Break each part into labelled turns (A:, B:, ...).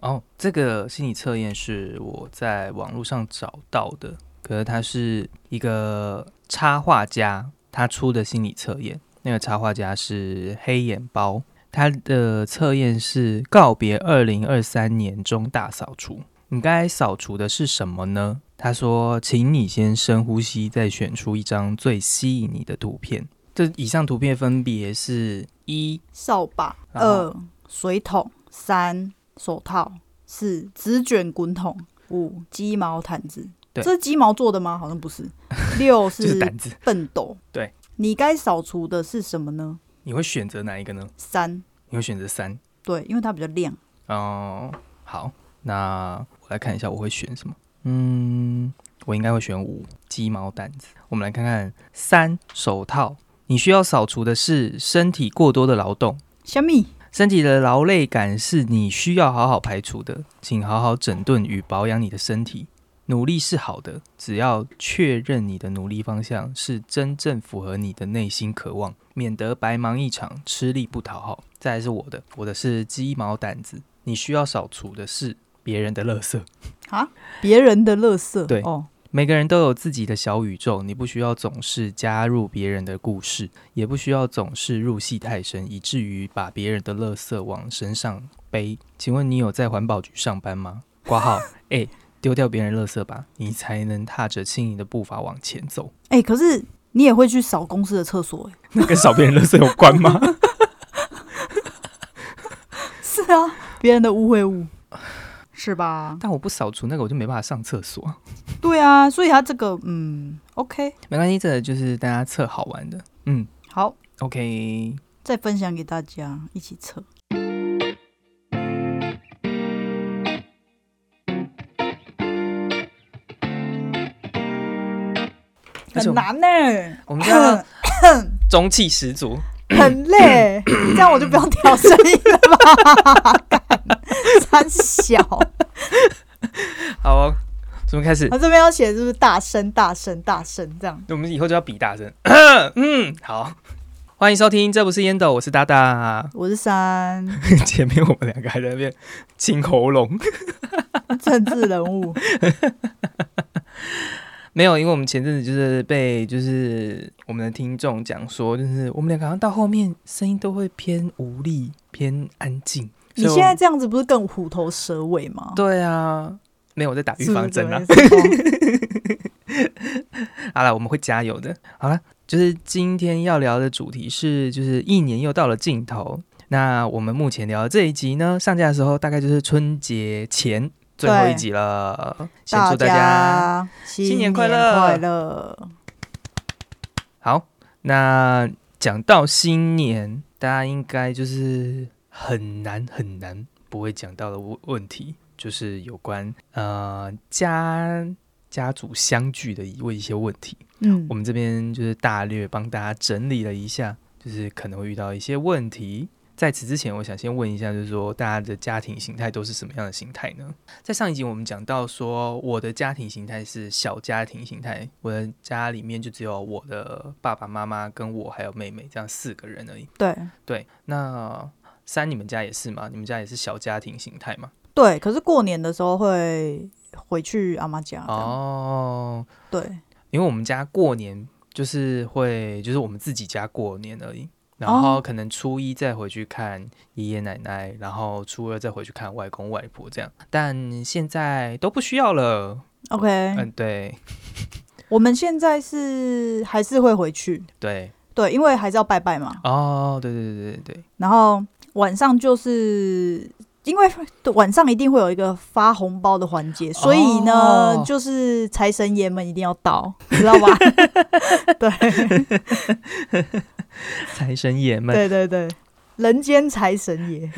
A: 哦，这个心理测验是我在网络上找到的，可是它是一个插画家他出的心理测验。那个插画家是黑眼包，他的测验是告别二零二三年中大扫除。你该扫除的是什么呢？他说，请你先深呼吸，再选出一张最吸引你的图片。这以上图片分别是一
B: 扫把，
A: 然后
B: 二水桶，三手套，四纸卷滚筒，五鸡毛毯子。
A: 对
B: 这是鸡毛做的吗？好像 不是。六
A: 就是
B: 是
A: 胆子，
B: 笨斗。
A: 对，
B: 你该扫除的是什么呢？
A: 你会选择哪一个呢？
B: 三，
A: 你会选择三
B: 对，因为它比较亮。
A: 哦。好，那我来看一下我会选什么。嗯，我应该会选五鸡毛掸子。我们来看看三手套。你需要扫除的是身体过多的劳动，
B: 虾米？
A: 身体的劳累感是你需要好好排除的，请好好整顿与保养你的身体。努力是好的，只要确认你的努力方向是真正符合你的内心渴望，免得白忙一场，吃力不讨好。再来是我的，我的是鸡毛掸子，你需要扫除的是别人的垃圾。
B: 别人的垃圾。
A: 对
B: 哦，
A: 每个人都有自己的小宇宙，你不需要总是加入别人的故事，也不需要总是入戏太深，以至于把别人的垃圾往身上背。请问你有在环保局上班 吗？挂号，哎、丢掉别人垃圾吧，你才能踏着轻盈的步伐往前走。
B: 哎、可是你也会去扫公司的厕所、欸？
A: 那跟扫别人垃圾有关吗？
B: 是啊，别人的污秽物，是吧？
A: 但我不扫除那个，我就没办法上厕所啊。
B: 对啊，所以它这个，嗯，OK，
A: 没关系，这个就是大家测好玩的。嗯
B: 好，
A: ，OK，
B: 再分享给大家一起测。
A: 而且我
B: 很难呢、
A: 我们要 中气十足。
B: 很累，这样我就不用调声音了 吧？干三小，
A: 好、哦，准备开始。
B: 我这边要写是不是大声、大声、大声这样？
A: 我们以后就要比大 声。嗯，好，欢迎收听，这不是烟斗，我是达达。
B: 我是三，
A: 前面我们两个还在那边清喉咙，
B: 政治人物，
A: 没有，因为我们前阵子就是被就是我们的听众讲说，就是我们两个好像到后面声音都会偏无力、偏安静。
B: 你
A: 所以我
B: 现在这样子不是更虎头蛇尾吗？
A: 对啊，没有我在打预
B: 是不
A: 防
B: 是 这
A: 针啊
B: 样。子？哦
A: 好了，我们会加油的。好了，就是今天要聊的主题是，就是一年又到了尽头。那我们目前聊的这一集呢，上架的时候大概就是春节前最后一集了。先祝大家
B: 家新
A: 新年快
B: 快
A: 乐
B: 乐
A: 好。那讲到新年，大家应该就是很难很难不会讲到的问问题，就是有关呃家家族相聚的一问一些问题。
B: 嗯
A: 我，们这边就是大略帮大家整理了一下，就是可能会遇到一些问题。在此之前，我想先问一下，就是说大家的家庭形态都是什么样的形态呢？在上一集我们讲到说，我的家庭形态是小家庭形态，我的家里面就只有我的爸爸妈妈跟我还有妹妹这样四个人而已。
B: 对
A: 对，那三你们家也是吗？你们家也是小家庭形态吗？
B: 对。可是过年的时候会回去阿妈家，哦，
A: 哦，
B: 对，
A: 因为我们家过年就是会，就是我们自己家过年而已。然后可能初一再回去看爷爷奶奶，然后初二再回去看外公外婆这样。但现在都不需要了。
B: OK，、
A: 嗯，对
B: 我们现在是还是会回去，
A: 对，
B: 对，因为还是要拜拜嘛。
A: 哦，对对对对对，
B: 然后晚上就是因为 晚上一定会有一个发红包的环节，所以呢，
A: 哦
B: 就是财神爷们一定要 到，知道吧？对
A: 财神爷们
B: 对对对，人间财神爷，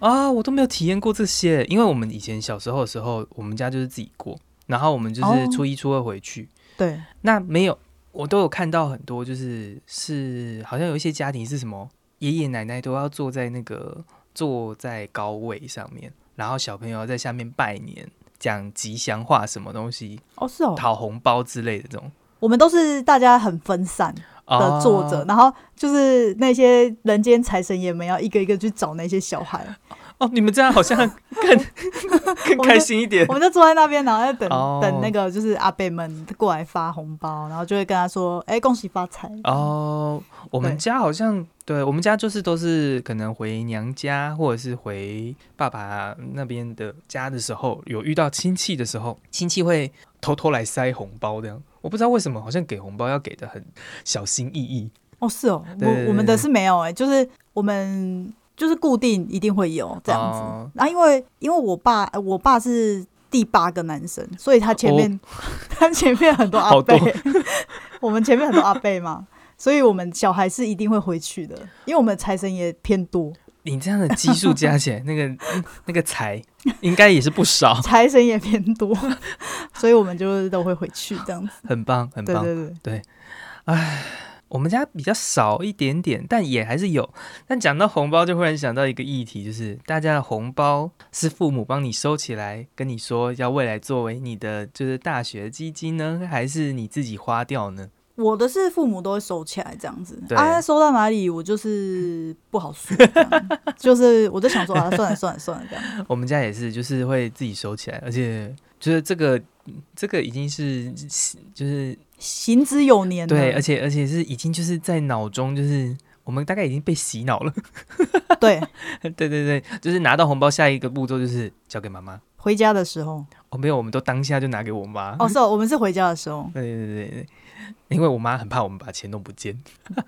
A: 啊、我都没有体验过这些，因为我们以前小时候的时候，我们家就是自己过，然后我们就是
B: 哦
A: 初一初二回去，
B: 对，
A: 那没有，我都有看到很多，就是是好像有一些家庭是什么爷爷奶奶都要坐在那个坐在高位上面，然后小朋友要在下面拜年，讲吉祥话什么东西，
B: 哦是哦，
A: 讨红包之类的这种。
B: 我们都是大家很分散的坐着，
A: 哦
B: 然后就是那些人间财神爷们要一个一个去找那些小孩，
A: 哦，你们这样好像更 更开心一点
B: 我。们就坐在那边，然后在等、
A: 哦
B: 等那个就是阿伯们过来发红包，然后就会跟他说：“哎、恭喜发财。”
A: 哦，我们
B: 对
A: 家好像对我们家就是都是可能回娘家或者是回爸爸那边的家的时候，有遇到亲戚的时候，亲戚会偷偷来塞红包这样。我不知道为什么，好像给红包要给的很小心翼翼。
B: 哦，是哦，
A: 对对
B: 我我们的
A: 对
B: 是没有哎、就是我们就是固定一定会有这样子。
A: 哦
B: 然后因为因为我爸呃我爸是第八个男生，所以他前面、 他前面很多
A: 哦
B: 阿
A: 好多
B: 贝， 我们前面很多阿贝嘛，所以我们小孩是一定会回去的，因为我们财神也偏多，
A: 你这样的基数加起来，那个那个 财应该也是不少，
B: 财神也偏多， 所以我们就是都会回去这样子。
A: 很棒，很
B: 对
A: 棒。
B: 对对，
A: 我们家比较少一点点，但也还是有。但讲到红包，就忽然想到一个议题，就是大家的红包是父母帮你收起来，跟你说要未来作为你的就是大学基金呢，还是你自己花掉呢？
B: 我的是父母都会收起来这样子，
A: 对
B: 啊，收到哪里我就是不好说，这 样就是我就想说啊，算了算了算了这样。
A: 我们家也是，就是会自己收起来，而且就是这个这个已经是就是
B: 行之有年了，
A: 对，而且而且是已经就是在脑中就是。我们大概已经被洗脑了，
B: 对，
A: 对对对，就是拿到红包，下一个步骤就是交给妈妈。
B: 回家的时候，
A: 哦，没有，我们都当下就拿给我妈。，
B: 哦，是哦，我们是回家的时候
A: 对对对对，因为我妈很怕我们把钱弄不见，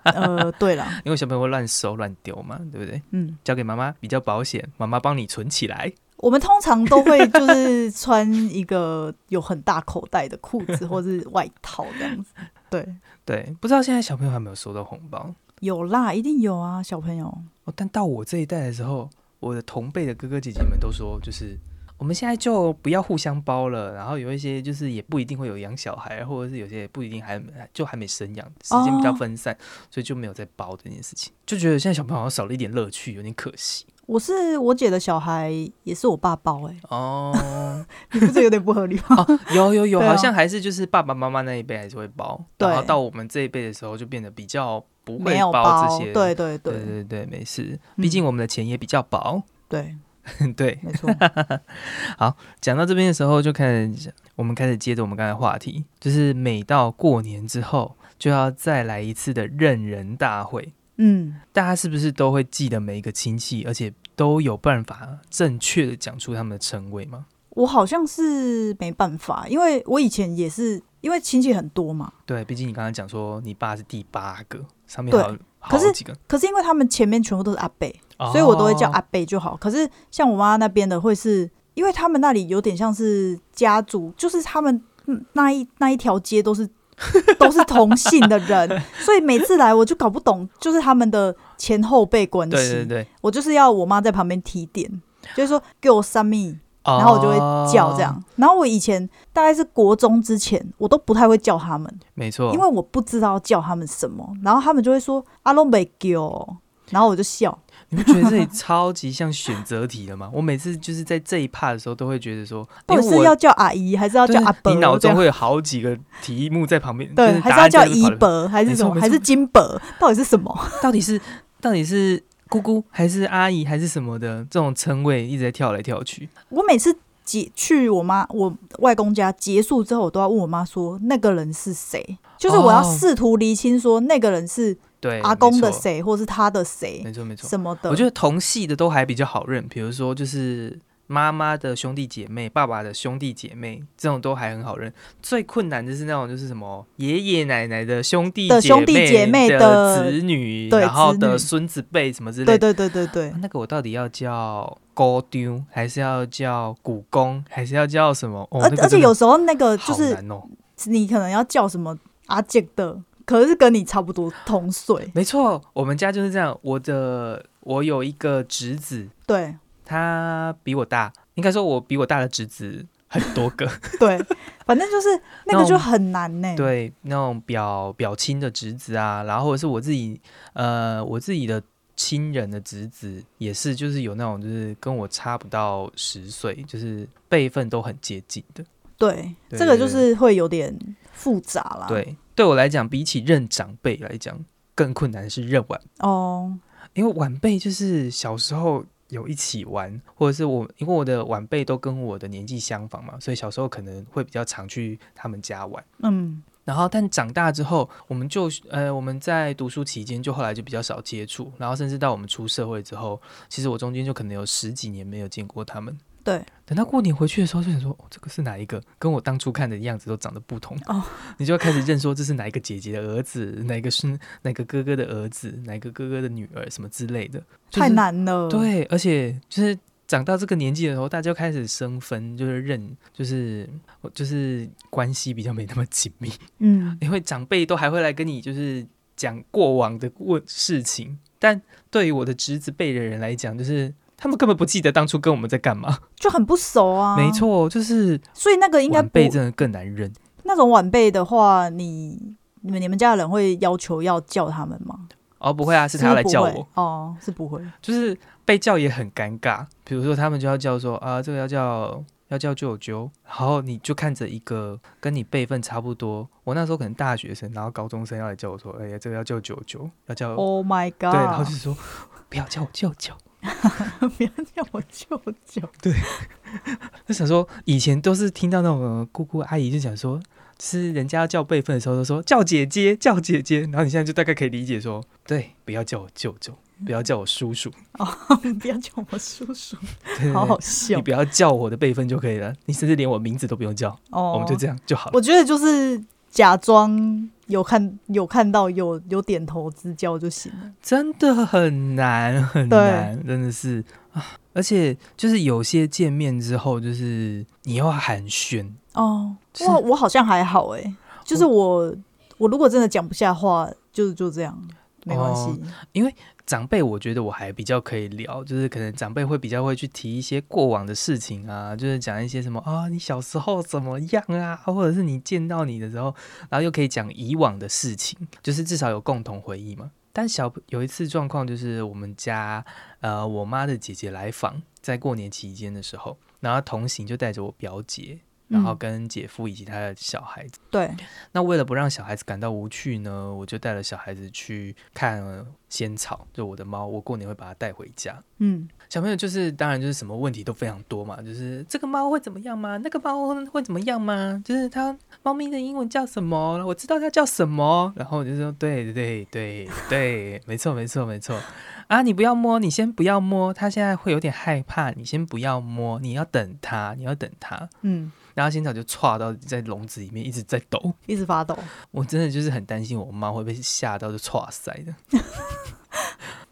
B: 呃，对了，
A: 因为小朋友会乱收乱丢嘛，对不对？
B: 嗯，
A: 交给妈妈比较保险，妈妈帮你存起来。
B: 我们通常都会就是穿一个有很大口袋的裤子或是外套这样 子，对，
A: 对，不知道现在小朋友还没有收到红包
B: 有啦，一定有啊，小朋友，
A: 哦，但到我这一代的时候，我的同辈的哥哥姐姐们都说，就是我们现在就不要互相包了，然后有一些就是也不一定会有养小孩，或者是有些也不一定还就还没生养，时间比较
B: 哦
A: 分散，所以就没有在包这件事情，就觉得现在小朋友好像少了一点乐趣，有点可惜
B: 我是我姐的小孩，也是我爸包、欸，
A: 哦。
B: 你不是有点不合理 吗？
A: 有有有，
B: 对啊
A: 好像还是就是爸爸妈妈那一辈还是会包，
B: 对
A: 然后到我们这一辈的时候就变得比较不会
B: 没有
A: 包这些。
B: 对对
A: 对
B: 对
A: 对对，没事，
B: 嗯
A: 毕竟我们的钱也比较薄。
B: 对，
A: 对，
B: 没 错，
A: 讲到这边的时候，就开始我们开始接着我们刚才的话题，就是每到过年之后就要再来一次的认人大会，
B: 嗯，
A: 大家是不是都会记得每一个亲戚，而且都有办法正确的讲出他们的称谓吗？
B: 我好像是没办法，因为我以前也是因为亲戚很多嘛，
A: 对，毕竟你刚刚讲说你爸是第八个，上面
B: 对
A: 好好
B: 可是
A: 几个，
B: 可是因为他们前面全部都是阿伯，所以我都会叫
A: 哦
B: 阿伯就好。可是像我妈那边的会是，因为他们那里有点像是家族，就是他们嗯那一那一条街都是 都是同姓的人，所以每次来我就搞不懂，就是他们的前后辈关系。
A: 对对对，
B: 我就是要我妈在旁边提点，就是说给我三米，
A: 然
B: 然后我就会
A: 哦
B: 叫这样。。然后我以前大概是国中之前，我都不太会叫他们，
A: 没错，
B: 因为我不知道叫他们什么，然后他们就会说阿龙北丢，然后我就笑。
A: 你不觉得这里超级像选择题的吗？我每次就是在这一趴的时候，都会觉得 说，
B: 到
A: 因
B: 底
A: 为
B: 是
A: 我
B: 要叫阿姨还是要叫
A: 对
B: 阿伯？
A: 你脑
B: 这
A: 中
B: 样
A: 会有好几个题目在旁边，就
B: 对，
A: 是
B: 还
A: 答
B: 是要
A: 案
B: 叫
A: 就会
B: 姨
A: 跑来
B: 伯还是
A: 没
B: 什
A: 错
B: 么？
A: 没
B: 还是
A: 错
B: 金伯？到底是什么？
A: 到底是到底是姑姑还是阿姨还是什么的这种称谓一直在跳来跳去。
B: 我每次结去我妈我外公家结束之后，我都要问我妈说那个人是谁，就是我要
A: 哦
B: 试图厘清说那个人是
A: 对，
B: 阿公的
A: 哦没错
B: 谁，或是他的谁
A: 没错没错，
B: 什么的。
A: 我觉得同系的都还比较好认，比如说就是妈妈的兄弟姐妹、爸爸的兄弟姐妹这种都还很好认。最困难的是那种就是什么爷爷奶奶的兄弟
B: 的兄弟姐妹
A: 的
B: 的
A: 子女，
B: 对
A: 然后
B: 子
A: 的
B: 女
A: 孙子辈什么之类
B: 对
A: 的。
B: 对对对对
A: 啊，那个我到底要叫高丢，还是要叫古公，还是要叫什么？哦
B: 而、
A: 那个
B: 而且
A: 真的
B: 有时候那个就
A: 好
B: 是
A: 难哦。
B: 你可能要叫什么阿杰的，可是跟你差不多同岁，
A: 没错，我们家就是这样。我的我有一个侄子，
B: 对
A: 他比我大，应该说我比我大的侄子很多个。
B: 对， 反正就是那个
A: 那
B: 就
A: 种
B: 很难呢、
A: 对那种表表亲的侄子啊，然后或者是我自己呃我自己的亲人的侄子，也是就是有那种就是跟我差不到十岁，就是辈分都很接近的。
B: 对，
A: 对
B: 这个就是会有点复杂啦。，
A: 对，对我来讲，比起认长辈来讲，更困难的是认晚，
B: 哦，
A: 因为晚辈就是小时候有一起玩，或者是我因为我的晚辈都跟我的年纪相仿嘛，所以小时候可能会比较常去他们家玩。
B: 嗯，
A: 然后，但长大之后，我们就呃，我们在读书期间就后来就比较少接触，然后甚至到我们出社会之后，其实我中间就可能有十几年没有见过他们。
B: 对，
A: 等到过年回去的时候，就想说、哦这个是哪一个，跟我当初看的样子都长得不同
B: 哦，
A: 你就会开始认说这是哪一个姐姐的儿子，哪个是哪个哥哥的儿子，哪个哥哥的女儿什么之类的，就是
B: 太难了。，
A: 对，而且就是长到这个年纪的时候，大家就开始生分，就是认，就是就是关系比较没那么紧密，
B: 嗯，
A: 因为长辈都还会来跟你就是讲过往的问事情，但对于我的侄子辈的人来讲，就是。他们根本不记得当初跟我们在干嘛，
B: 就很不熟啊。
A: 没，错，就是
B: 所以那个应该
A: 晚
B: 不
A: 辈真的更难认。
B: 那种晚辈的话，你你们你们家的人会要求要叫他们吗？
A: 哦，不会啊，是他来
B: 不
A: 叫
B: 会
A: 我，
B: 哦，是不会。
A: 就是被叫也很尴尬。比如说，他们就要叫说啊，这个要叫要叫舅舅，然后你就看着一个跟你辈分差不多，我那时候可能大学生，然后高中生要来叫我说，哎呀，这个要叫舅舅，要叫、
B: Oh my
A: 哦对，然后就
B: god！
A: 说不要叫我舅舅。
B: 不 要叫我舅舅。
A: 就想说，以前都是听到那种呃姑姑阿姨就讲说，就是人家要叫辈分的时候都说叫姐姐，叫姐姐，然后你现在就大概可以理解说，对，不要叫我舅舅，不要叫我叔叔，
B: 不要叫我叔叔，
A: 对对对
B: 好好
A: 你
B: 笑
A: 不要叫我的辈分就可以了，你甚至连我名字都不用叫，
B: 哦。
A: 我们就这样就好了。
B: 我觉得就是假装有看有看到有有点头之交就行了。
A: 真的很难很
B: 对
A: 难，真的是啊！而且就是有些见面之后，就是你要寒暄，
B: 哦，
A: 就是
B: 我我好像还好哎、就是我我如果真的讲不下话，就就这样，没关系。
A: 哦长辈我觉得我还比较可以聊，就是可能长辈会比较会去提一些过往的事情啊，就是讲一些什么啊，你小时候怎么样啊，或者是你见到你的时候，然后又可以讲以往的事情，就是至少有共同回忆嘛。但小有一次状况就是我们家呃我妈的姐姐来访，在过年期间的时候，然后同行就带着我表姐，然后
B: 嗯、
A: 跟姐夫以及他的小孩子。
B: 对，
A: 那为了不让小孩子感到无趣呢，我就带了小孩子去看呃仙草，就我的猫，我过年会把它带回家。
B: 嗯，
A: 小朋友就是当然就是什么问题都非常多嘛，就是这个猫会怎么样吗？那个猫会怎么样吗？就是它猫咪的英文叫什么？我知道它叫什么。然后我就说对对对对，没错没错没错。啊，你不要摸，你先不要摸，它现在会有点害怕，你先不要摸，你要等它，你要等它。
B: 嗯，
A: 然后仙草就歘到在笼子里面一直在抖。
B: 一直发抖。
A: 我真的就是很担心我妈会被吓到就唰塞的。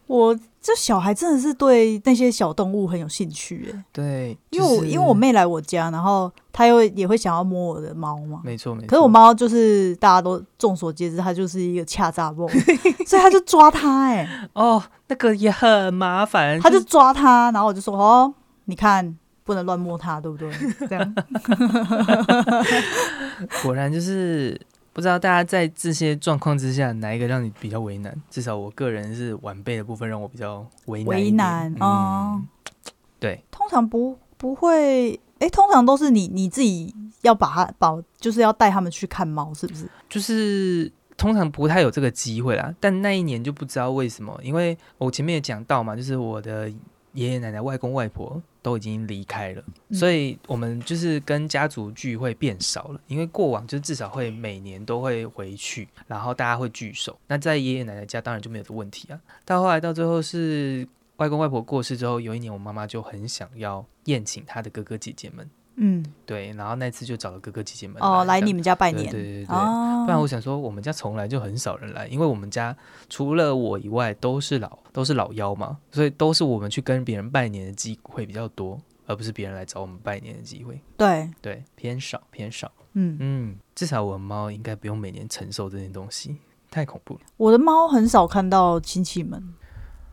B: 我这小孩真的是对那些小动物很有兴趣哎、
A: 对，
B: 因为我、
A: 就是
B: 因为我妹来我家，然后她又也会想要摸我的猫嘛，
A: 没错没错，
B: 可是我猫就是大家都众所皆知，它就是一个恰 杂梦，所以他就抓它、哎，
A: 哦那个也很麻烦，
B: 他就是抓它，然后我就说哦，你看不能乱摸它，对不对？这样，
A: 果然就是不知道大家在这些状况之下哪一个让你比较为难？至少我个人是晚辈的部分让我比较为难一点
B: 为难哦
A: 嗯，对，
B: 通常不不会，哎、通常都是你你自己要把它把，就是要带他们去看猫，是不是？
A: 就是通常不太有这个机会啦。但那一年就不知道为什么，因为我前面也讲到嘛，就是我的爷爷奶奶、外公外婆都已经离开了，
B: 嗯
A: 所以我们就是跟家族聚会变少了。因为过往就至少会每年都会回去，然后大家会聚首。那在爷爷奶奶家当然就没有这个问题啊。到后来到最后是。外公外婆过世之后，有一年我妈妈就很想要宴请她的哥哥姐姐们，
B: 嗯，
A: 对，然后那次就找了哥哥姐姐们
B: 哦，来
A: 这样
B: 你们家拜
A: 对
B: 年，
A: 对对对
B: 哦
A: 不然我想说，我们家从来就很少人来，因为我们家除了我以外都是老都是老幺嘛，所以都是我们去跟别人拜年的机会比较多，而不是别人来找我们拜年的机会，
B: 对，
A: 对，偏少偏少。
B: 嗯，
A: 嗯，至少我的猫应该不用每年承受这些东西，太恐怖了。
B: 我的猫很少看到亲戚们。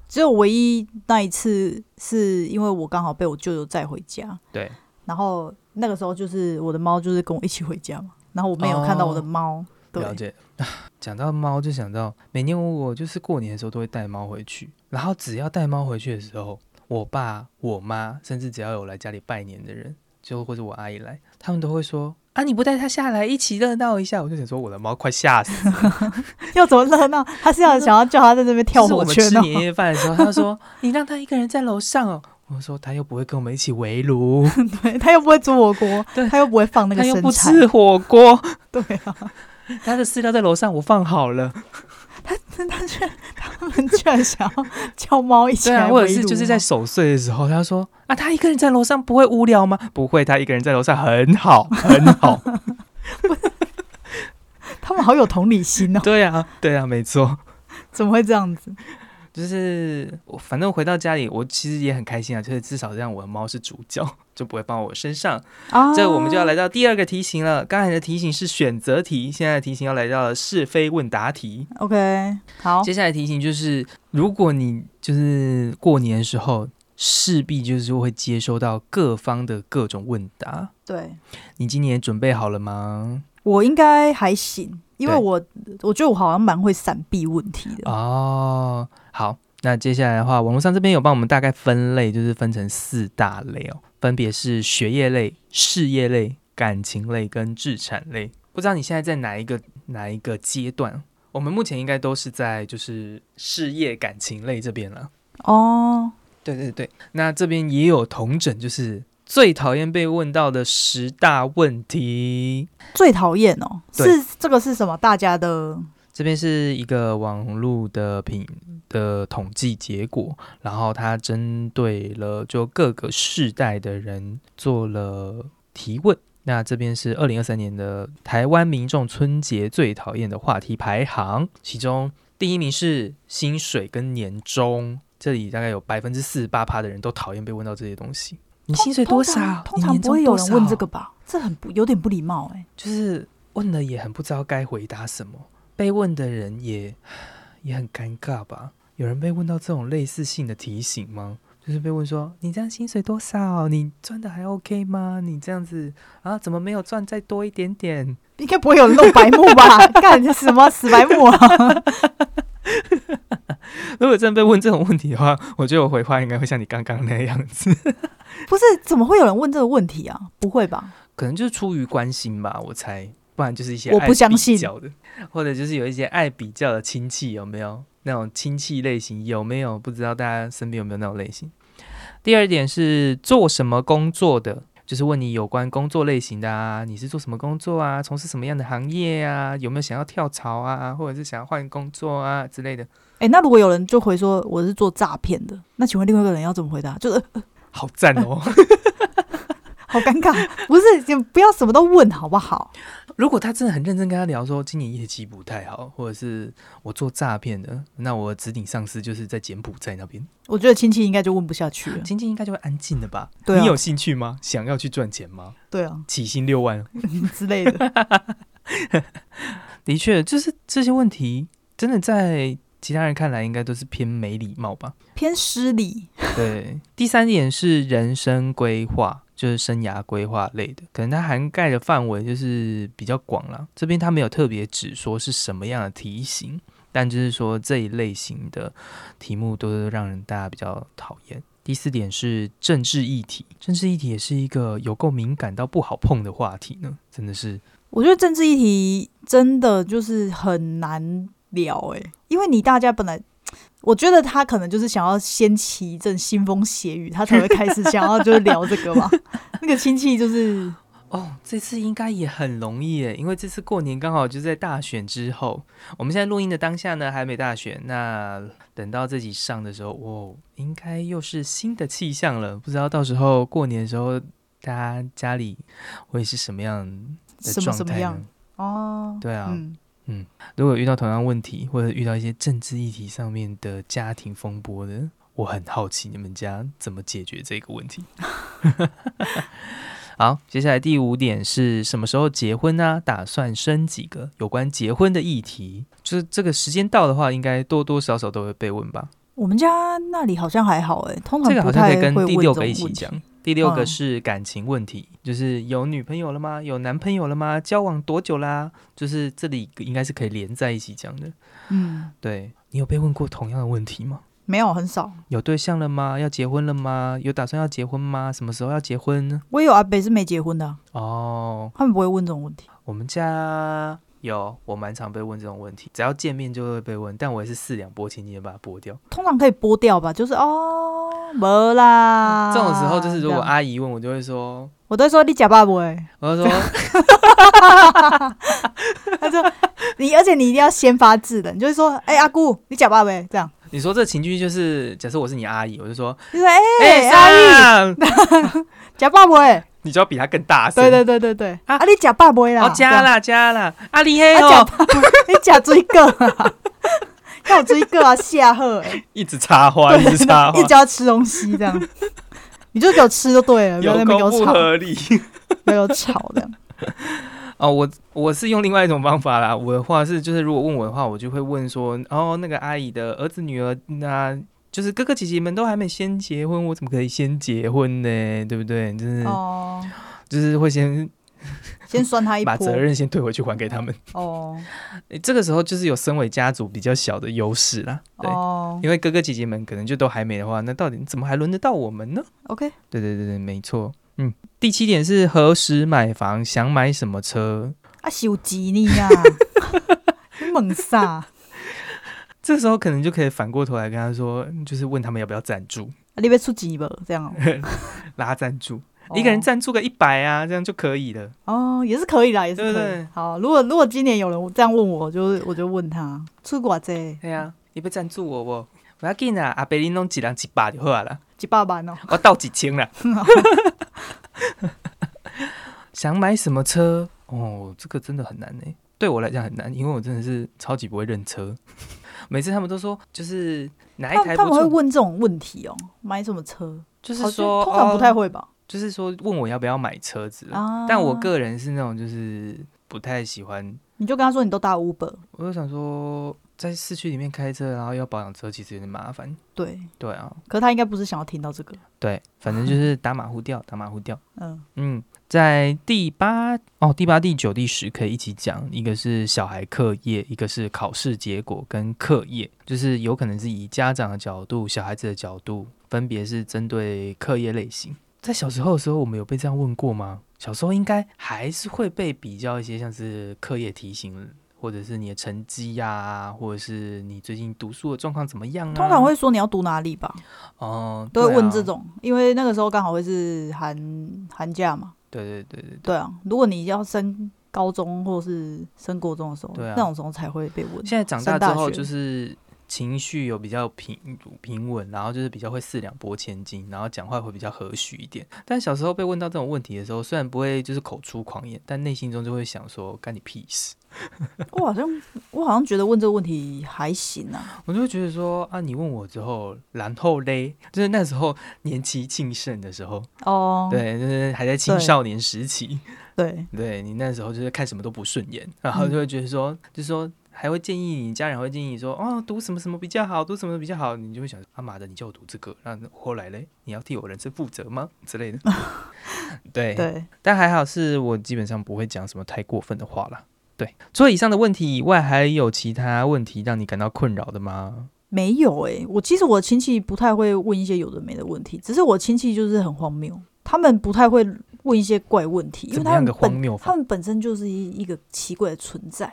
B: 只有唯一那一次，是因为我刚好被我舅舅载回家，
A: 对，
B: 然后那个时候就是我的猫就是跟我一起回家嘛，然后我没有看到我的猫，对
A: 哦了，解。 啊讲到猫，就想到每年我就是过年的时候都会带猫回去，然后只要带猫回去的时候，我爸、我妈，甚至只要有来家里拜年的人，就或者我阿姨来，他们都会说：“啊，你不带它下来一起热闹一下？”我就想说，我的猫快吓死了。
B: 要怎么热闹？ 他是要想要叫他在这边跳
A: 就是我
B: 火
A: 们
B: 圈
A: 吃
B: 哦，
A: 年夜饭的时候，他就说：“你让它一个人在楼上哦。”我说他又不会跟我们一起围炉，
B: 对 他又不会煮火锅
A: 对，
B: 他又不会放 那个
A: 他又
B: 生
A: 不
B: 菜，
A: 吃火锅，
B: 对啊，
A: 他的饲料在楼上我放好了。
B: 但他却他们居然想要叫猫一 起
A: 对啊，
B: 来
A: 或者
B: 围
A: 是
B: 炉
A: 就是在
B: 吗
A: 守岁的时候，他说啊，他一个人在楼上不会无聊吗？不会，他一个人在楼上很好，很好。
B: 他们好有同理心哦，
A: 对啊，对啊，没错，
B: 怎么会这样子？
A: 就是我反正回到家里，我其实也很开心啊，就是至少让我的猫是主角，就不会放我身上。
B: 啊，
A: 这我们就要来到第二个题型了。刚才的题型是选择题，现在的题型要来到了是非问答题。
B: OK，好，
A: 接下来的题型就是，如果你就是过年的时候，势必就是会接收到各方的各种问答。
B: 对
A: 你今年准备好了吗？
B: 我应该还行，因为
A: 对
B: 我我觉得我好像蛮会闪避问题的。
A: 哦，好，那接下来的话，网络上这边有帮我们大概分类，就是分成四大类哦，分别是学业类、事业类、感情类跟资产类。不知道你现在在哪一个哪一个阶段？我们目前应该都是在就是事业、感情类这边了。
B: 哦，
A: 对对对，那这边也有同整，就是最讨厌被问到的十大问题。
B: 最讨厌哦，
A: 对
B: 是这个是什么？大家的
A: 这边是一个网络的品的统计结果，然后它针对了就各个世代的人做了提问。那这边是二零二三年的台湾民众春节最讨厌的话题排行，其中第一名是薪水跟年终，这里大概有百分之四十八趴的人都讨厌被问到这些东西。你薪水多
B: 通常
A: 少？
B: 通
A: 你
B: 常
A: 年
B: 不会
A: 终
B: 有
A: 多
B: 人问
A: 少
B: 这个吧？这很不有点不礼貌哎、
A: 就是问了也很不知道该回答什么，被问的人也也很尴尬吧？有人被问到这种类似性的提醒吗？就是被问说你这样薪水多少？你赚的还 OK 吗？你这样子啊，怎么没有赚再多一点点？
B: 应该不会有人露白目 吧？干什么死白目啊？
A: 如果真的被问这种问题的话，我觉得我回话应该会像你刚刚那样子，
B: 不是，怎么会有人问这个问题啊？不会吧？
A: 可能就是出于关心吧，我猜，不然就是一些
B: 我不
A: 爱
B: 相
A: 比
B: 信
A: 较的， 或者就是有一些爱比较的亲戚有没有那种亲戚类型有没有？不知道大家身边有没有那种类型？第二点是做什么工作的，就是问你有关工作类型的啊，你是做什么工作啊，从事什么样的行业啊，有没有想要跳槽啊，或者是想要换工作啊之类的，
B: 哎、那如果有人就回说我是做诈骗的，那请问另外一个人要怎么回答？就是、呃
A: 好赞哦！
B: 好尴尬，不是，就不要什么都问好不好？
A: 如果他真的很认真跟他聊说今年业绩不太好，或者是我做诈骗的，那我指定上司就是在柬埔寨那边，啊
B: 我觉得亲戚应该就问不下去了。
A: 经济应该就会安静了吧？
B: 对啊
A: 你有兴趣吗？想要去赚钱吗？
B: 对啊，
A: 起薪六万，
B: 之类的。
A: 的确，就是这些问题，真的在其他人看来应该都是偏没礼貌吧？
B: 偏失礼。
A: 对，第三点是人生规划，就是生涯规划类的，可能它涵盖的范围就是比较广了。这边它没有特别指说是什么样的题型，但就是说这一类型的题目都是让人大家比较讨厌。第四点是政治议题，政治议题也是一个有够敏感到不好碰的话题呢，真的是
B: 我觉得政治议题真的就是很难聊诶、因为你大家本来。我觉得他可能就是想要掀起一阵腥风血雨，他才会开始想要就是聊这 个嘛。那个亲戚就是
A: 哦，这次应该也很容易耶，因为这次过年刚好就在大选之后。我们现在录音的当下呢，还没大选，那等到这集上的时候，哦，应该又是新的气象了。不知道到时候过年的时候，大家家里会是什么样的
B: 什么
A: 状
B: 什么
A: 态
B: 样
A: 呢？
B: 哦，
A: 对啊，
B: 嗯，
A: 如果遇到同样问题，或者遇到一些政治议题上面的家庭风波的，我很好奇你们家怎么解决这个问题。 好，接下来第五点是什么时候结婚呢、打算生几个？有关结婚的议题，就是这个时间到的话，应该多多少少都会被问吧。
B: 我们家那里好像还好诶、通
A: 这
B: 常
A: 个
B: 不
A: 好像可
B: 太
A: 以
B: 会
A: 跟
B: 问
A: 第
B: 这
A: 六
B: 种
A: 个一起
B: 问题
A: 讲。第六个
B: 嗯
A: 是感情问题，就是有女朋友了吗？有男朋友了吗？交往多久啦？就是这里应该是可以连在一起讲的。
B: 嗯，
A: 对你有被问过同样的问题吗？
B: 没有很少。
A: 有对象了吗？要结婚了吗？有打算要结婚吗？什么时候要结婚呢？
B: 我也有阿北是没结婚的啊、
A: 哦，
B: 他们不会问这种问题。
A: 我们家有，我蛮常被问这种问题，只要见面就会被问，但我也是四两拨千斤地把它拨掉。
B: 通常可以拨掉吧，就是哦，没啦。
A: 这种时候就是如果啊
B: 这样
A: 阿姨问我，就会说，
B: 我都会说你假爸不哎，
A: 我就说
B: 他说你，而且你一定要先发制人，你就是
A: 嗯
B: 说，哎、阿姑，你假爸呗，这样。
A: 你说这情绪就是，假设我是你阿姨，我就说，
B: 你说，哎、
A: 哎、
B: 阿姨，
A: 阿姨，
B: 假爸呗，
A: 你就要比她更大声，
B: 对对对对对，
A: 啊
B: 啊，你假爸呗啦，
A: 哦，加啦加啦，阿里黑
B: 这样，啊，
A: 哦，
B: 假 你假追个啊， 要追个啊，吓 吓，哎
A: 一直插话，一
B: 对，
A: 直插
B: 一
A: 话
B: 直，叫他吃东西这样， 你就给我吃就对了，不要在
A: 有
B: 那边给
A: 够
B: 我
A: 不
B: 吵，
A: 合理。
B: 不要给我 吵这样。
A: 哦，我我是用另外一种方法啦。我的话是，就是如果问我的话，我就会问说，哦，那个阿姨的儿子女儿，那就是哥哥姐姐们都还没先结婚，我怎么可以先结婚呢？对不对？就是、
B: 哦，
A: 就是会先
B: 先酸他一
A: 把
B: 波
A: 责任先退回去还给他们。
B: 哦
A: 诶这个时候就是有身为家族比较小的优势啦，对，
B: 哦
A: 因为哥哥姐姐们可能就都还没的话，那到底怎么还轮得到我们呢？
B: ，OK，
A: 对对对对，没错。嗯，第七点是何时买房，想买什么车，
B: 啊，是有吉你 啊，你猛啥？啊
A: 这时候可能就可以反过头来跟他说，就是问他们要不要赞助，
B: 啊你要出钱无？这样、
A: 拉赞助，
B: 哦，
A: 一个人赞助个一百啊，这样就可以了。
B: 哦，也是可以啦，也是可以。
A: 对不对
B: 好，如果如果今年有人这样问我，我就我就问他出偌济，
A: 对啊，你要赞助我不？不要紧啦，阿伯你弄一人一百就好啦，
B: 一百万哦、
A: 我到几千啦。想买什么车？哦，这个真的很难呢、对我来讲很难，因为我真的是超级不会认车。每次他们都说，就是哪一
B: 他
A: 台
B: 他
A: 哎不
B: 们
A: 错，
B: 会问这种问题哦、买什么车？
A: 就是
B: 好
A: 说
B: 像通常不太
A: 哦，
B: 会吧？
A: 就是说问我要不要买车子了。
B: 啊，
A: 但我个人是那种就是不太喜欢，
B: 你就跟他说你都搭 Uber，
A: 我就想说在市区里面开车，然后要保养车，其实有点麻烦。
B: 对，
A: 对啊，
B: 可是他应该不是想要听到这个，
A: 对，反正就是打马虎掉，打马虎掉。
B: 嗯，
A: 嗯，在第八哦，第八、第九、第十可以一起讲，一个是小孩课业，一个是考试结果跟课业，就是有可能是以家长的角度、小孩子的角度，分别是针对课业类型。在小时候的时候，我们有被这样问过吗？小时候应该还是会被比较一些像是课业题型，或者是你的成绩呀、或者是你最近读书的状况怎么样啊？
B: 通常会说你要读哪里吧，
A: 哦，
B: 都会
A: 对啊
B: 问这。种，因为那个时候刚好会是寒寒假嘛，
A: 对对对对
B: 对啊，如果你要升高中或是升国中的时候，
A: 对啊
B: 那种时候才会被问。
A: 现在长大
B: 上大
A: 之后，
B: 学
A: 就是情绪有比较平平稳，然后就是比较会四两拨千斤，然后讲话会比较和煦一点。但小时候被问到这种问题的时候，虽然不会就是口出狂言，但内心中就会想说干你屁事。
B: 我好像我好像觉得问这个问题还行啊，
A: 我就会觉得说啊，你问我之后，然后嘞，就是那时候年纪庆盛的时候，
B: 哦，
A: 对，就是还在青
B: 对
A: 少年时期，
B: 对
A: 对你那时候就是看什么都不顺眼，然后
B: 嗯
A: 就会觉得说，就说还会建议你家长会建议你说，哦，读什么什么比较好，读什么比较好，你就会想，啊妈的，你叫我读这个，那后来嘞，你要替我人生负责吗之类的。 对，
B: 对，
A: 但还好是我基本上不会讲什么太过分的话啦。对，除了以上的问题以外，还有其他问题让你感到困扰的吗？
B: 没有诶、我其实我亲戚不太会问一些有的没的问题，只是我亲戚就是很荒谬，他们不太会问一些怪问题，因
A: 怎
B: 为
A: 么
B: 他
A: 样
B: 们
A: 个荒
B: 本
A: 谬
B: 他
A: 法？
B: 们本身就是一一个奇怪的存 在。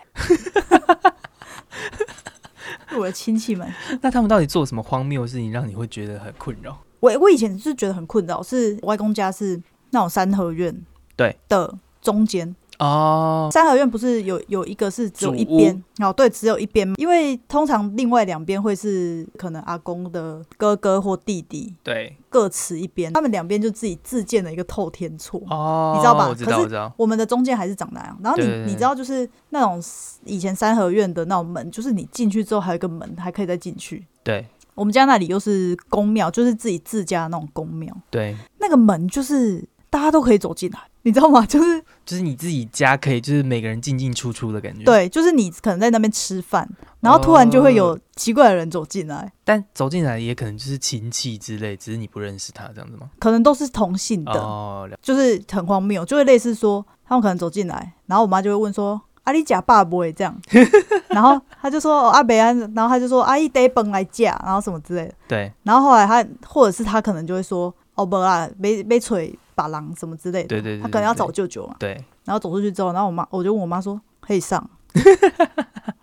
B: 我的亲戚们，
A: 那他们到底做什么荒谬的事情让你会觉得很困扰？
B: 我我以前是觉得很困扰，是我外公家是那种三合院
A: 对
B: 的中间，
A: 哦，
B: 三合院不是有有一个是只有一边哦，对，只有一边，因为通常另外两边会是可能阿公的哥哥或弟弟
A: 对，
B: 各持一边，他们两边就自己自建了一个透天厝。
A: 哦，
B: 你知道吧
A: 我知
B: 可
A: 道，
B: 是
A: 我知道。
B: 我们的中间还是长那样，然后你
A: 对对对
B: 你知道就是那种以前三合院的那种门，就是你进去之后还有一个门，还可以再进去。
A: 对
B: 我们家那里又是公庙，就是自己自家的那种公庙，
A: 对，
B: 那个门就是大家都可以走进来，你知道吗？ 就是
A: 就是你自己家可以，就是每个人进进出出的感觉。，
B: 对，就是你可能在那边吃饭，然后突然就会
A: 哦
B: 有奇怪的人走进来，
A: 但走进来也可能就是亲戚之类，只是你不认识他这样子吗？
B: 可能都是同性的，
A: 哦，了
B: 就是很荒谬，就会类似说他们可能走进来，然后我妈就会问说：“阿你假爸不 会这样？”然后他就说：“哦、阿北安。”然后他就说：“阿姨得本来假，然后什么之类的。
A: 对”
B: 然后后来他或者是他可能就会说：“哦不啦，没没锤把狼什么之类的。”
A: 对对对
B: 他可能要
A: 对
B: 找舅啊舅嘛。
A: 对，
B: 然后走出去之后，然后我妈我就问我妈说可 以上，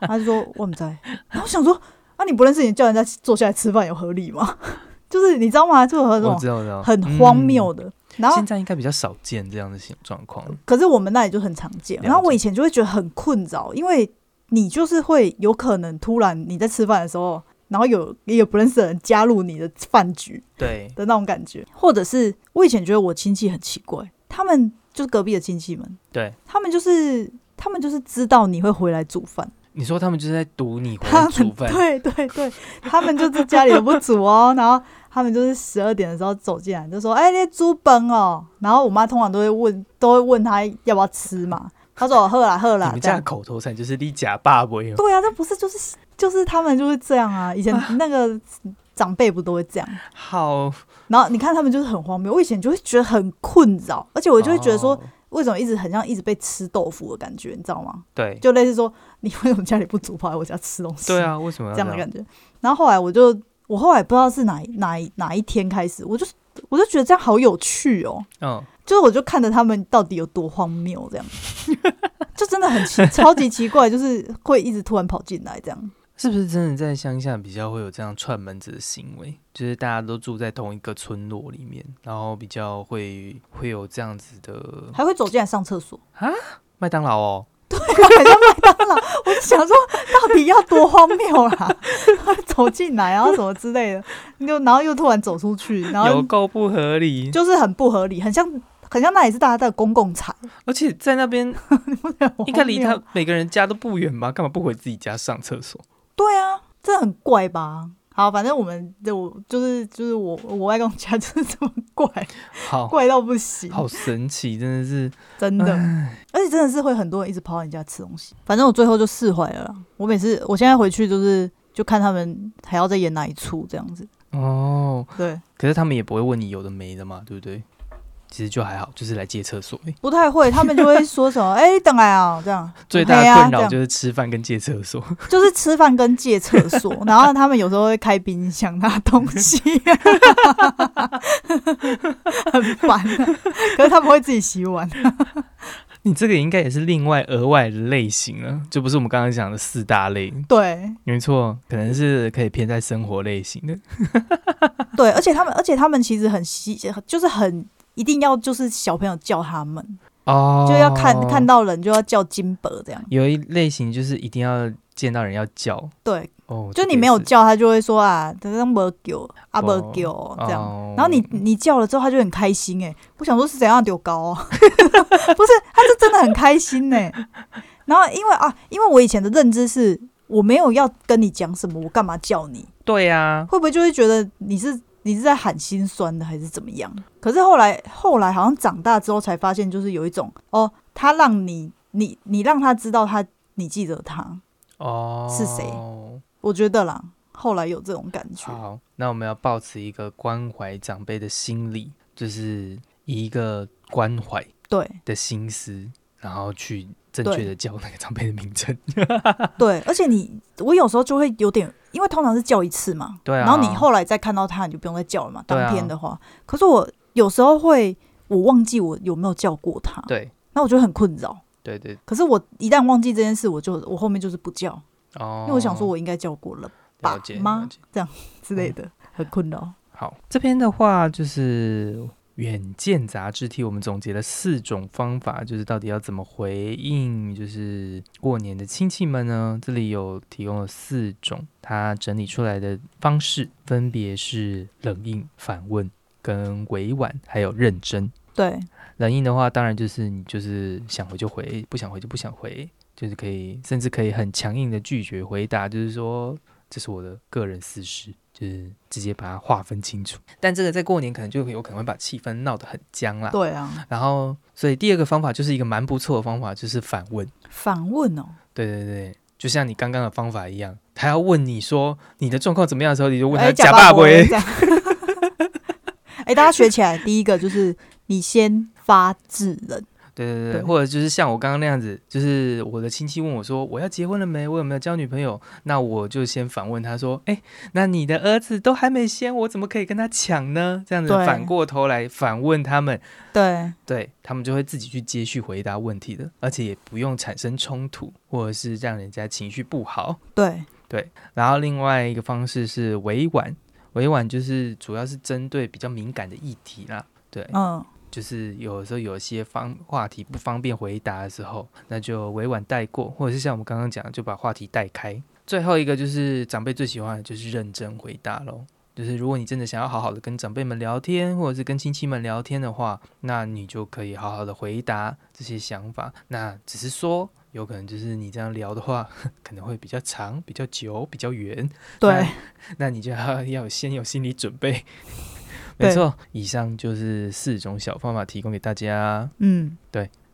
B: 她就说我们在，然后我想说啊你不认识你叫人家坐下来吃饭有合理吗？ 就是你知道吗？就有那
A: 我
B: 种
A: 知道，我知道，
B: 很荒谬
A: 嗯。
B: 的。然后
A: 现，在应该比较少见这样的情状况，
B: 可是我们那里就很常见。
A: 了解
B: 然后我以前就会觉得很困扰，因为你就是会有可能突然你在吃饭的时候，然后有也不认识的人加入你的饭局，
A: 对，
B: 的那种感觉，或者是我以前觉得我亲戚很奇怪，他们就是隔壁的亲戚们，
A: 对，
B: 他们就是他们就是知道你会回来煮饭，
A: 你说他们就是在堵你回
B: 他
A: 来
B: 们
A: 煮饭，
B: 对对对，他们就在家里也不煮哦， 然后他们就是十二点的时候走进来就说：“哎、那猪本哦。”然后我妈通常都会问，都会问他要不要吃嘛，他说：“喝啦喝
A: 你
B: 啦。”
A: 们
B: 这
A: 家的
B: 样
A: 口头禅就是“你假爸不用
B: 对啊，这不是就是就是他们就是这样啊，以 前那个长辈不都会这样。”，
A: 好，
B: 然后你看他们就是很荒谬，我以前就会觉得很困扰，而且我就会觉得说，
A: 哦，
B: 为什么一直很像一直被吃豆腐的感觉，你知道吗？
A: 对，
B: 就类似说，你为什么家里不煮跑来我家吃东西？
A: 对，啊，为什么要
B: 这
A: 这
B: 样
A: 样？
B: 的感觉。然后后来我就，我后来不知道是哪一哪一哪一天开始，我就我就觉得这样好有趣哦，
A: 嗯，
B: 就是我就看着他们到底有多荒谬，这样 就真的很奇，超级奇怪，就是会一直突然跑进来这样。
A: 是不是真的在乡下比较会有这样串门子的行为？就是大家都住在同一个村落里面，然后比较会会有这样子的
B: 还会走进来上厕所，
A: 麦当劳哦，
B: 还在麦当劳， 我就想说到底要多荒谬啦！ 走进来，然后什么之类的，又然后又突然走出去，然后
A: 有够不合理。
B: 就是很不合理，很像很像那也是大家的公共财，
A: 而且在那边应该离
B: 很
A: 他
B: 荒谬
A: 每个人家都不远吧？干嘛不回自己家上厕所？
B: 对啊，这很怪吧？好，反正我们就就是就是我我外公家就是这么怪，
A: 好
B: 怪到不行，
A: 好神奇，真的是
B: 真的，而且真的是会很多人一直跑到你家吃东西。反正我最后就释怀了啦。我每次我现在回去就是就看他们还要再演哪一出这样子，
A: 哦。
B: 对，
A: 可是他们也不会问你有的没的嘛，对不对？其实就还好，就是来借厕所而已。
B: 不太会，他们就会说什么哎、你等来 啊这样，
A: 最大
B: 嘿
A: 的
B: 啊
A: 困
B: 这
A: 扰
B: 样
A: 就是吃饭跟借厕所。
B: 就是吃饭跟借厕 所，然后他们有时候会开冰箱拿东西，很烦、啊。可是他们会自己洗碗，
A: 你这个应该也是另外额外的类型了，就不是我们刚刚讲的四大类。
B: 对
A: 没错，可能是可以偏在生活类型的。
B: 对，而且他们，而且他们其实很稀，就是很一定要就是小朋友叫他们，
A: 哦
B: 就要看看到人就要叫金箔这样。
A: 有一类型就是一定要见到人要叫
B: 对，
A: 哦，这
B: 就
A: 个
B: 你
A: 也
B: 没有
A: 是
B: 叫他就会说啊，这个没叫啊没叫这样。
A: 哦
B: 然后你你叫了之后，他就很开心哎、我想说是怎样丢高哦， 不是，他是真的很开心呢、欸然后因为啊，因为我以前的认知是我没有要跟你讲什么，我干嘛叫你？
A: 对啊呀、
B: 会不会就会觉得你是你是在喊心酸的，还是怎么样？可是后来后来好像长大之后才发现，就是有一种哦，他让你你你让他知道他你记得他，
A: 哦
B: 是谁？我觉得啦，后来有这种感觉，
A: 好，那我们要保持一个关怀长辈的心理，就是以一个关怀
B: 对。
A: 的心思，然后去正确
B: 对
A: 的叫那个长辈的名称。
B: 对，而且你我有时候就会有点，因为通常是叫一次嘛，
A: 对啊
B: 然后你后来再看到他，你就不用再叫了嘛。
A: 对啊
B: 当天的话，可是我有时候会，我忘记我有没有叫过他，，
A: 对
B: 那我就很困扰。
A: 对对，
B: 可是我一旦忘记这件事，我就我后面就是不叫，
A: 哦，
B: 因为我想说我应该叫过了吧
A: 了解
B: 妈
A: 了解
B: 之类
A: 嗯
B: 的，很困扰。
A: 好，这边的话就是《远见》杂志替我们总结了四种方法，就是到底要怎么回应，就是过年的亲戚们呢？这里有提供了四种，它整理出来的方式分别是冷硬、反问、跟委婉，还有认真。
B: 对
A: 冷硬的话，当然就是你就是想回就回，不想回就不想回，就是可以，甚至可以很强硬的拒绝回答，就是说这是我的个人私事，就是直接把它划分清楚。但这个在过年可能就有可能会把气氛闹得很僵啦。
B: 对啊，
A: 然后，所以第二个方法就是一个蛮不错的方法，就是反问。
B: 反问哦，
A: 对对对，就像你刚刚的方法一样，他要问你说你的状况怎么样的时候，你就问他
B: 哎，
A: 假
B: 爸
A: 爸不会
B: 这样。 哎，大家学起来，第一个就是你先发制人，
A: 对对对，
B: 对
A: 或者就是像我刚刚那样子，就是我的亲戚问我说我要结婚了没，我有没有交女朋友，那我就先反问他说，哎，那你的儿子都还没先，我怎么可以跟他抢呢？这样子
B: 对
A: 反过头来反问他们，
B: 对
A: 对他们就会自己去接续回答问题的，而且也不用产生冲突，或者是让人家情绪不好。
B: 对
A: 然后另外一个方式是委婉，委婉就是主要是针对比较敏感的议题啦。对，
B: 嗯，
A: 就是有时候有些方话题不方便回答的时候，那就委婉带过，或者是像我们刚刚讲的，就把话题带开。最后一个就是长辈最喜欢的就是认真回答喽。就是如果你真的想要好好的跟长辈们聊天，或者是跟亲戚们聊天的话，那你就可以好好的回答这些想法。那只是说，有可能就是你这样聊的话， 可能会比较长、比较久、比较远。
B: 对，
A: 哎那你就要要有先有心理准备。
B: 对
A: 没错，以上就是四种小方法提供给大家。
B: 嗯，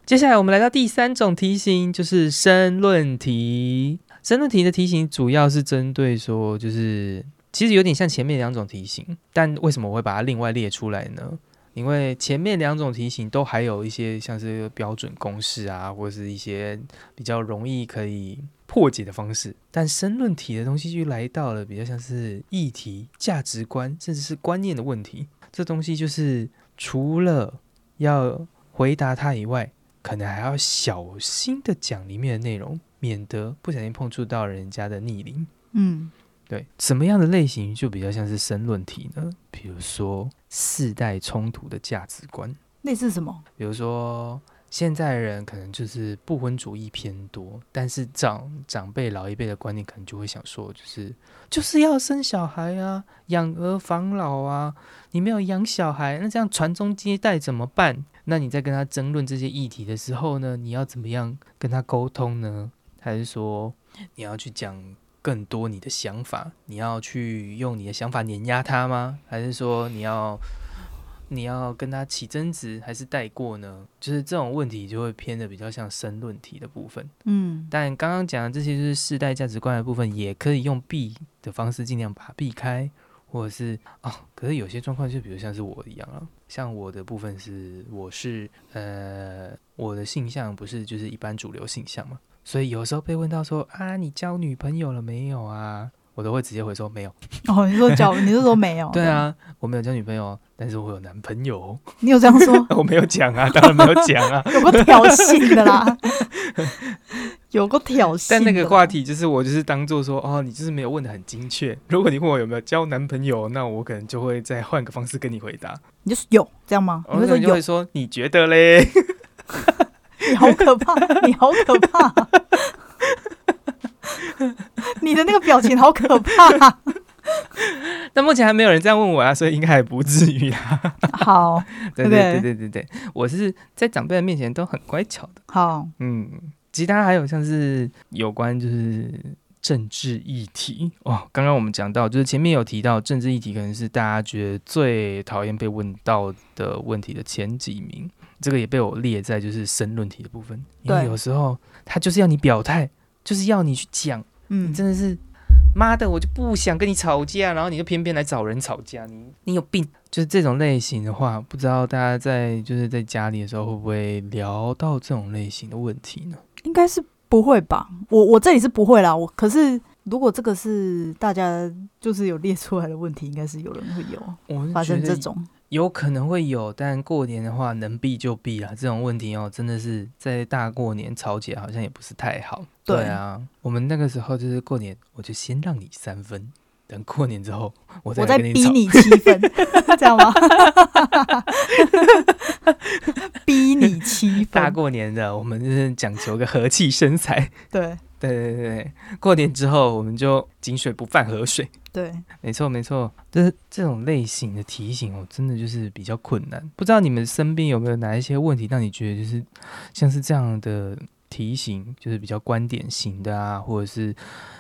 A: 接下来我们来到第三种题型，就是申论题。申论题的题型主要是针对说，就是其实有点像前面两种题型，但为什么我会把它另外列出来呢？因为前面两种题型都还有一些像是标准公式啊，或是一些比较容易可以破解的方式，但申论题的东西就来到了比较像是议题、价值观，甚至是观念的问题。这东西就是除了要回答它以外，可能还要小心的讲里面的内容，免得不小心碰触到人家的逆鳞。
B: 嗯，
A: 对，什么样的类型就比较像是申论题呢？比如说世代冲突的价值观，
B: 类似什么？
A: 比如说现在人可能就是不婚主义偏多，但是长长辈老一辈的观念可能就会想说，就是就是要生小孩啊，养儿防老啊，你没有养小孩，那这样传宗接代怎么办？那你在跟他争论这些议题的时候呢，你要怎么样跟他沟通呢？还是说你要去讲更多你的想法？你要去用你的想法碾压他吗？还是说你要你要跟他起争执，还是带过呢？就是这种问题就会偏的比较像申论题的部分。
B: 嗯，
A: 但刚刚讲的这些就是世代价值观的部分，也可以用避的方式尽量把它避开，或者是哦，可是有些状况就比如像是我一样啊，像我的部分是我是呃我的性向不是就是一般主流性向嘛，所以有时候被问到说啊你交女朋友了没有啊，我都会直接回说没有，
B: 哦，你说脚，你是说没有？
A: 对，啊，我没有交女朋友，但是我有男朋友，
B: 你有这样说，
A: 我没有讲啊，当然没有讲 啊，
B: 有个挑衅的 啦，有个挑衅。
A: 但那个话，题就是我就是当做说哦，你就是没有问的很精确。如果你问我有没有交男朋友，那我可能就会再换个方式跟你回答。
B: 你就说有这样吗？
A: 我
B: 你会
A: 可
B: 说
A: 能就
B: 有
A: 会，说哦你觉得嘞？
B: 你好可怕，你好可怕，你的那个表情好 可怕。
A: 但目前还没有人这样问我啊，所以应该还不至于啊。
B: 好
A: 对对对
B: 对
A: 对对对，我是在长辈的面前都很乖巧的。
B: 好，
A: 嗯，其他还有像是有关就是政治议题哦，刚刚我们讲到，就是前面有提到政治议题可能是大家觉得最讨厌被问到的问题的前几名，这个也被我列在就是申论题的部分，因为
B: 对
A: 有时候他就是要你表态，就是要你去讲，你
B: 嗯，
A: 真的是妈的，我就不想跟你吵架，然后你就偏偏来找人吵架，你你有病。就是这种类型的话，不知道大家在就是在家里的时候会不会聊到这种类型的问题呢？
B: 应该是不会吧？我我这里是不会啦。我可是如果这个是大家就是有列出来的问题，应该是有人会有
A: 我是
B: 发生
A: 觉
B: 这
A: 得
B: 种。
A: 有可能会有，但过年的话能避就避啦。这种问题哦，真的是在大过年吵起来好像也不是太好。
B: 对
A: 啊，我们那个时候就是过年，我就先让你三分，等过年之后我再
B: 我
A: 来
B: 在
A: 跟
B: 逼
A: 吵。
B: 你七分， 这样吗？逼你七
A: 大
B: 分，
A: 过年的，我们就是讲求个和气生财。
B: 对
A: 对对对对，过年之后我们就井水不犯河水。
B: 对，
A: 没错没错，这这种类型的提醒哦，真的就是比较困难。不知道你们身边有没有哪一些问题，让你觉得就是像是这样的提醒，就是比较观点型的啊，或者是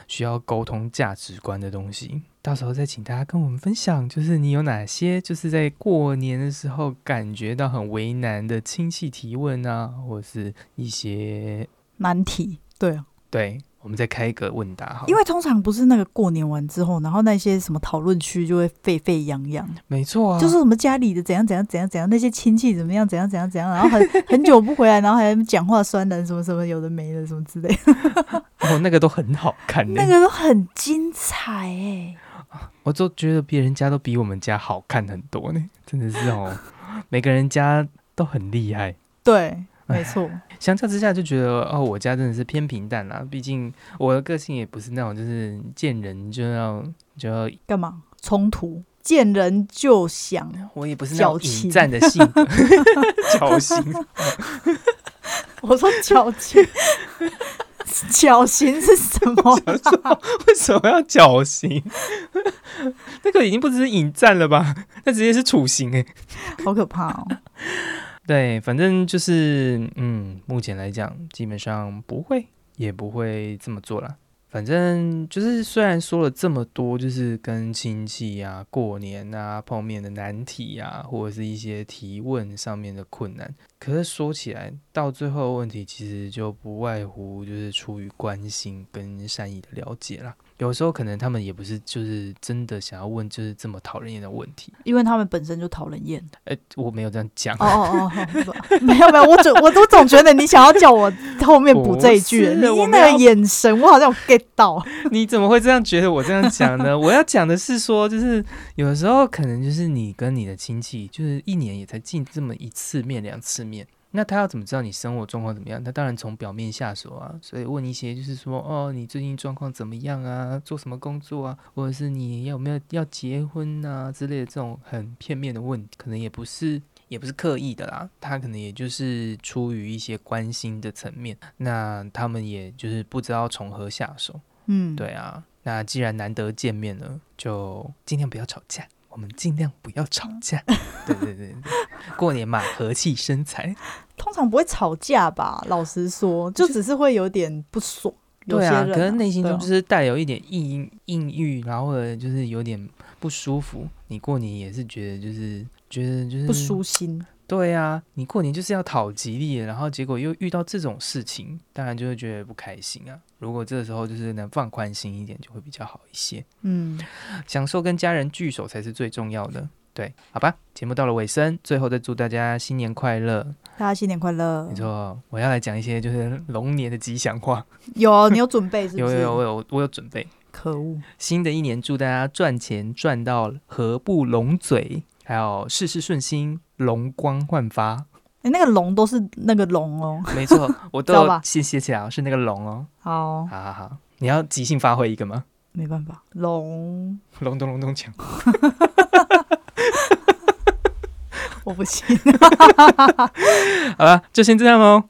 A: 需要沟通价值观的东西。到时候再请大家跟我们分享，就是你有哪些就是在过年的时候感觉到很为难的亲戚提问啊，或者是一些
B: 难题，对。啊
A: 对，我们再开一个问答好了。
B: 因为通常不是那个过年完之后，然后那些什么讨论区就会沸沸扬扬，
A: 没错啊，
B: 就是什么家里的怎样怎样怎样怎样，那些亲戚怎么样怎样怎样怎样，然后很很久不回来，然后还讲话酸人什么什么，有的没的什么之类的，
A: 哦，那个都很好看、呢。
B: 那个都很精彩哎、
A: 我都觉得别人家都比我们家好看很多呢，真的是哦， 每个人家都很厉害。
B: 对，没错，
A: 相较之下，就觉得哦，我家真的是偏平淡啦。毕竟我的个性也不是那种就是见人就要就要
B: 干嘛冲突？见人就想。
A: 我也不是那种
B: 矫情
A: 引战的性 格，矫情。
B: 我说矫情，矫情是什 么？
A: 为什么要绞刑？ 那个已经不只是引战了吧？那直接是处刑哎、
B: 好可怕哦！
A: 对，反正就是嗯，目前来讲，基本上不会，也不会这么做啦。反正就是，虽然说了这么多，就是跟亲戚啊、过年啊、碰面的难题啊，或者是一些提问上面的困难，可是说起来，到最后的问题其实就不外乎就是出于关心跟善意的了解啦。有时候可能他们也不是就是真的想要问，就是这么讨人厌的问题。
B: 因为他们本身就讨人厌。
A: 哎、我没有这样讲
B: 哦，哦哦哦，没有没有，我总我我总觉得你想要叫我后面补这一
A: 哦
B: 句，
A: 不是
B: 你
A: 我没
B: 那
A: 有
B: 个眼神我好像有 get 到。
A: 你怎么会这样觉得我这样讲呢？ 我要讲的是说，就是有的时候可能就是你跟你的亲戚，就是一年也才见这么一次面、两次面。那他要怎么知道你生活状况怎么样？他当然从表面下手啊，所以问一些就是说，哦，你最近状况怎么样啊？做什么工作啊？或者是你有没有要结婚啊之类的这种很片面的问题，可能也不是也不是刻意的啦，他可能也就是出于一些关心的层面，那他们也就是不知道从何下手。
B: 嗯，
A: 对啊，那既然难得见面了，就尽量不要吵架。我们尽量不要吵架。 对对对对，过年嘛，和气生财。
B: 通常不会吵架吧？老实说，就只是会有点不爽。 有
A: 对
B: 些人、
A: 啊，可能内心
B: 对
A: 中
B: 啊
A: 就是带有一点抑抑郁，然后或者就是有点不舒服。你过年也是觉得就是觉得就是
B: 不舒心。
A: 对啊，你过年就是要讨吉利的，然后结果又遇到这种事情，当然就会觉得不开心啊。如果这时候就是能放宽心一点，就会比较好一些。
B: 嗯，
A: 享受跟家人聚首才是最重要的。对，好吧，节目到了尾声，最后再祝大家新年快乐。
B: 大家新年快乐
A: 没！错，我要来讲一些就是龙年的吉祥话。
B: 有啊你有准备是不
A: 有有
B: 是？
A: 有，我有我有准备。
B: 可恶！
A: 新的一年祝大家赚钱赚到合不拢嘴，还有事事顺心，容光焕发。
B: 哎、那个龙都是那个龙哦。
A: 没错， 我都
B: 知道
A: 有
B: 吧
A: 先写起来哦，是那个龙哦。
B: 好，
A: 好好好，你要即兴发挥一个吗？
B: 没办法，龙
A: 隆咚隆咚锵，
B: 我不行。
A: 好了，就先这样哦。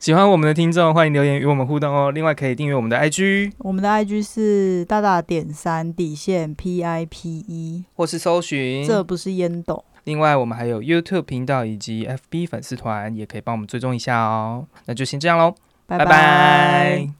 A: 喜欢我们的听众，欢迎留言与我们互动哦。另外可以订阅我们的 IG。
B: 我们的 IG 是大大点三底线 P I P E，
A: 或是搜寻。
B: 这不是烟斗。
A: 另外，我们还有 YouTube 频道以及 FB 粉丝团，也可以帮我们追踪一下哦。那就先这样喽，拜
B: 拜
A: 拜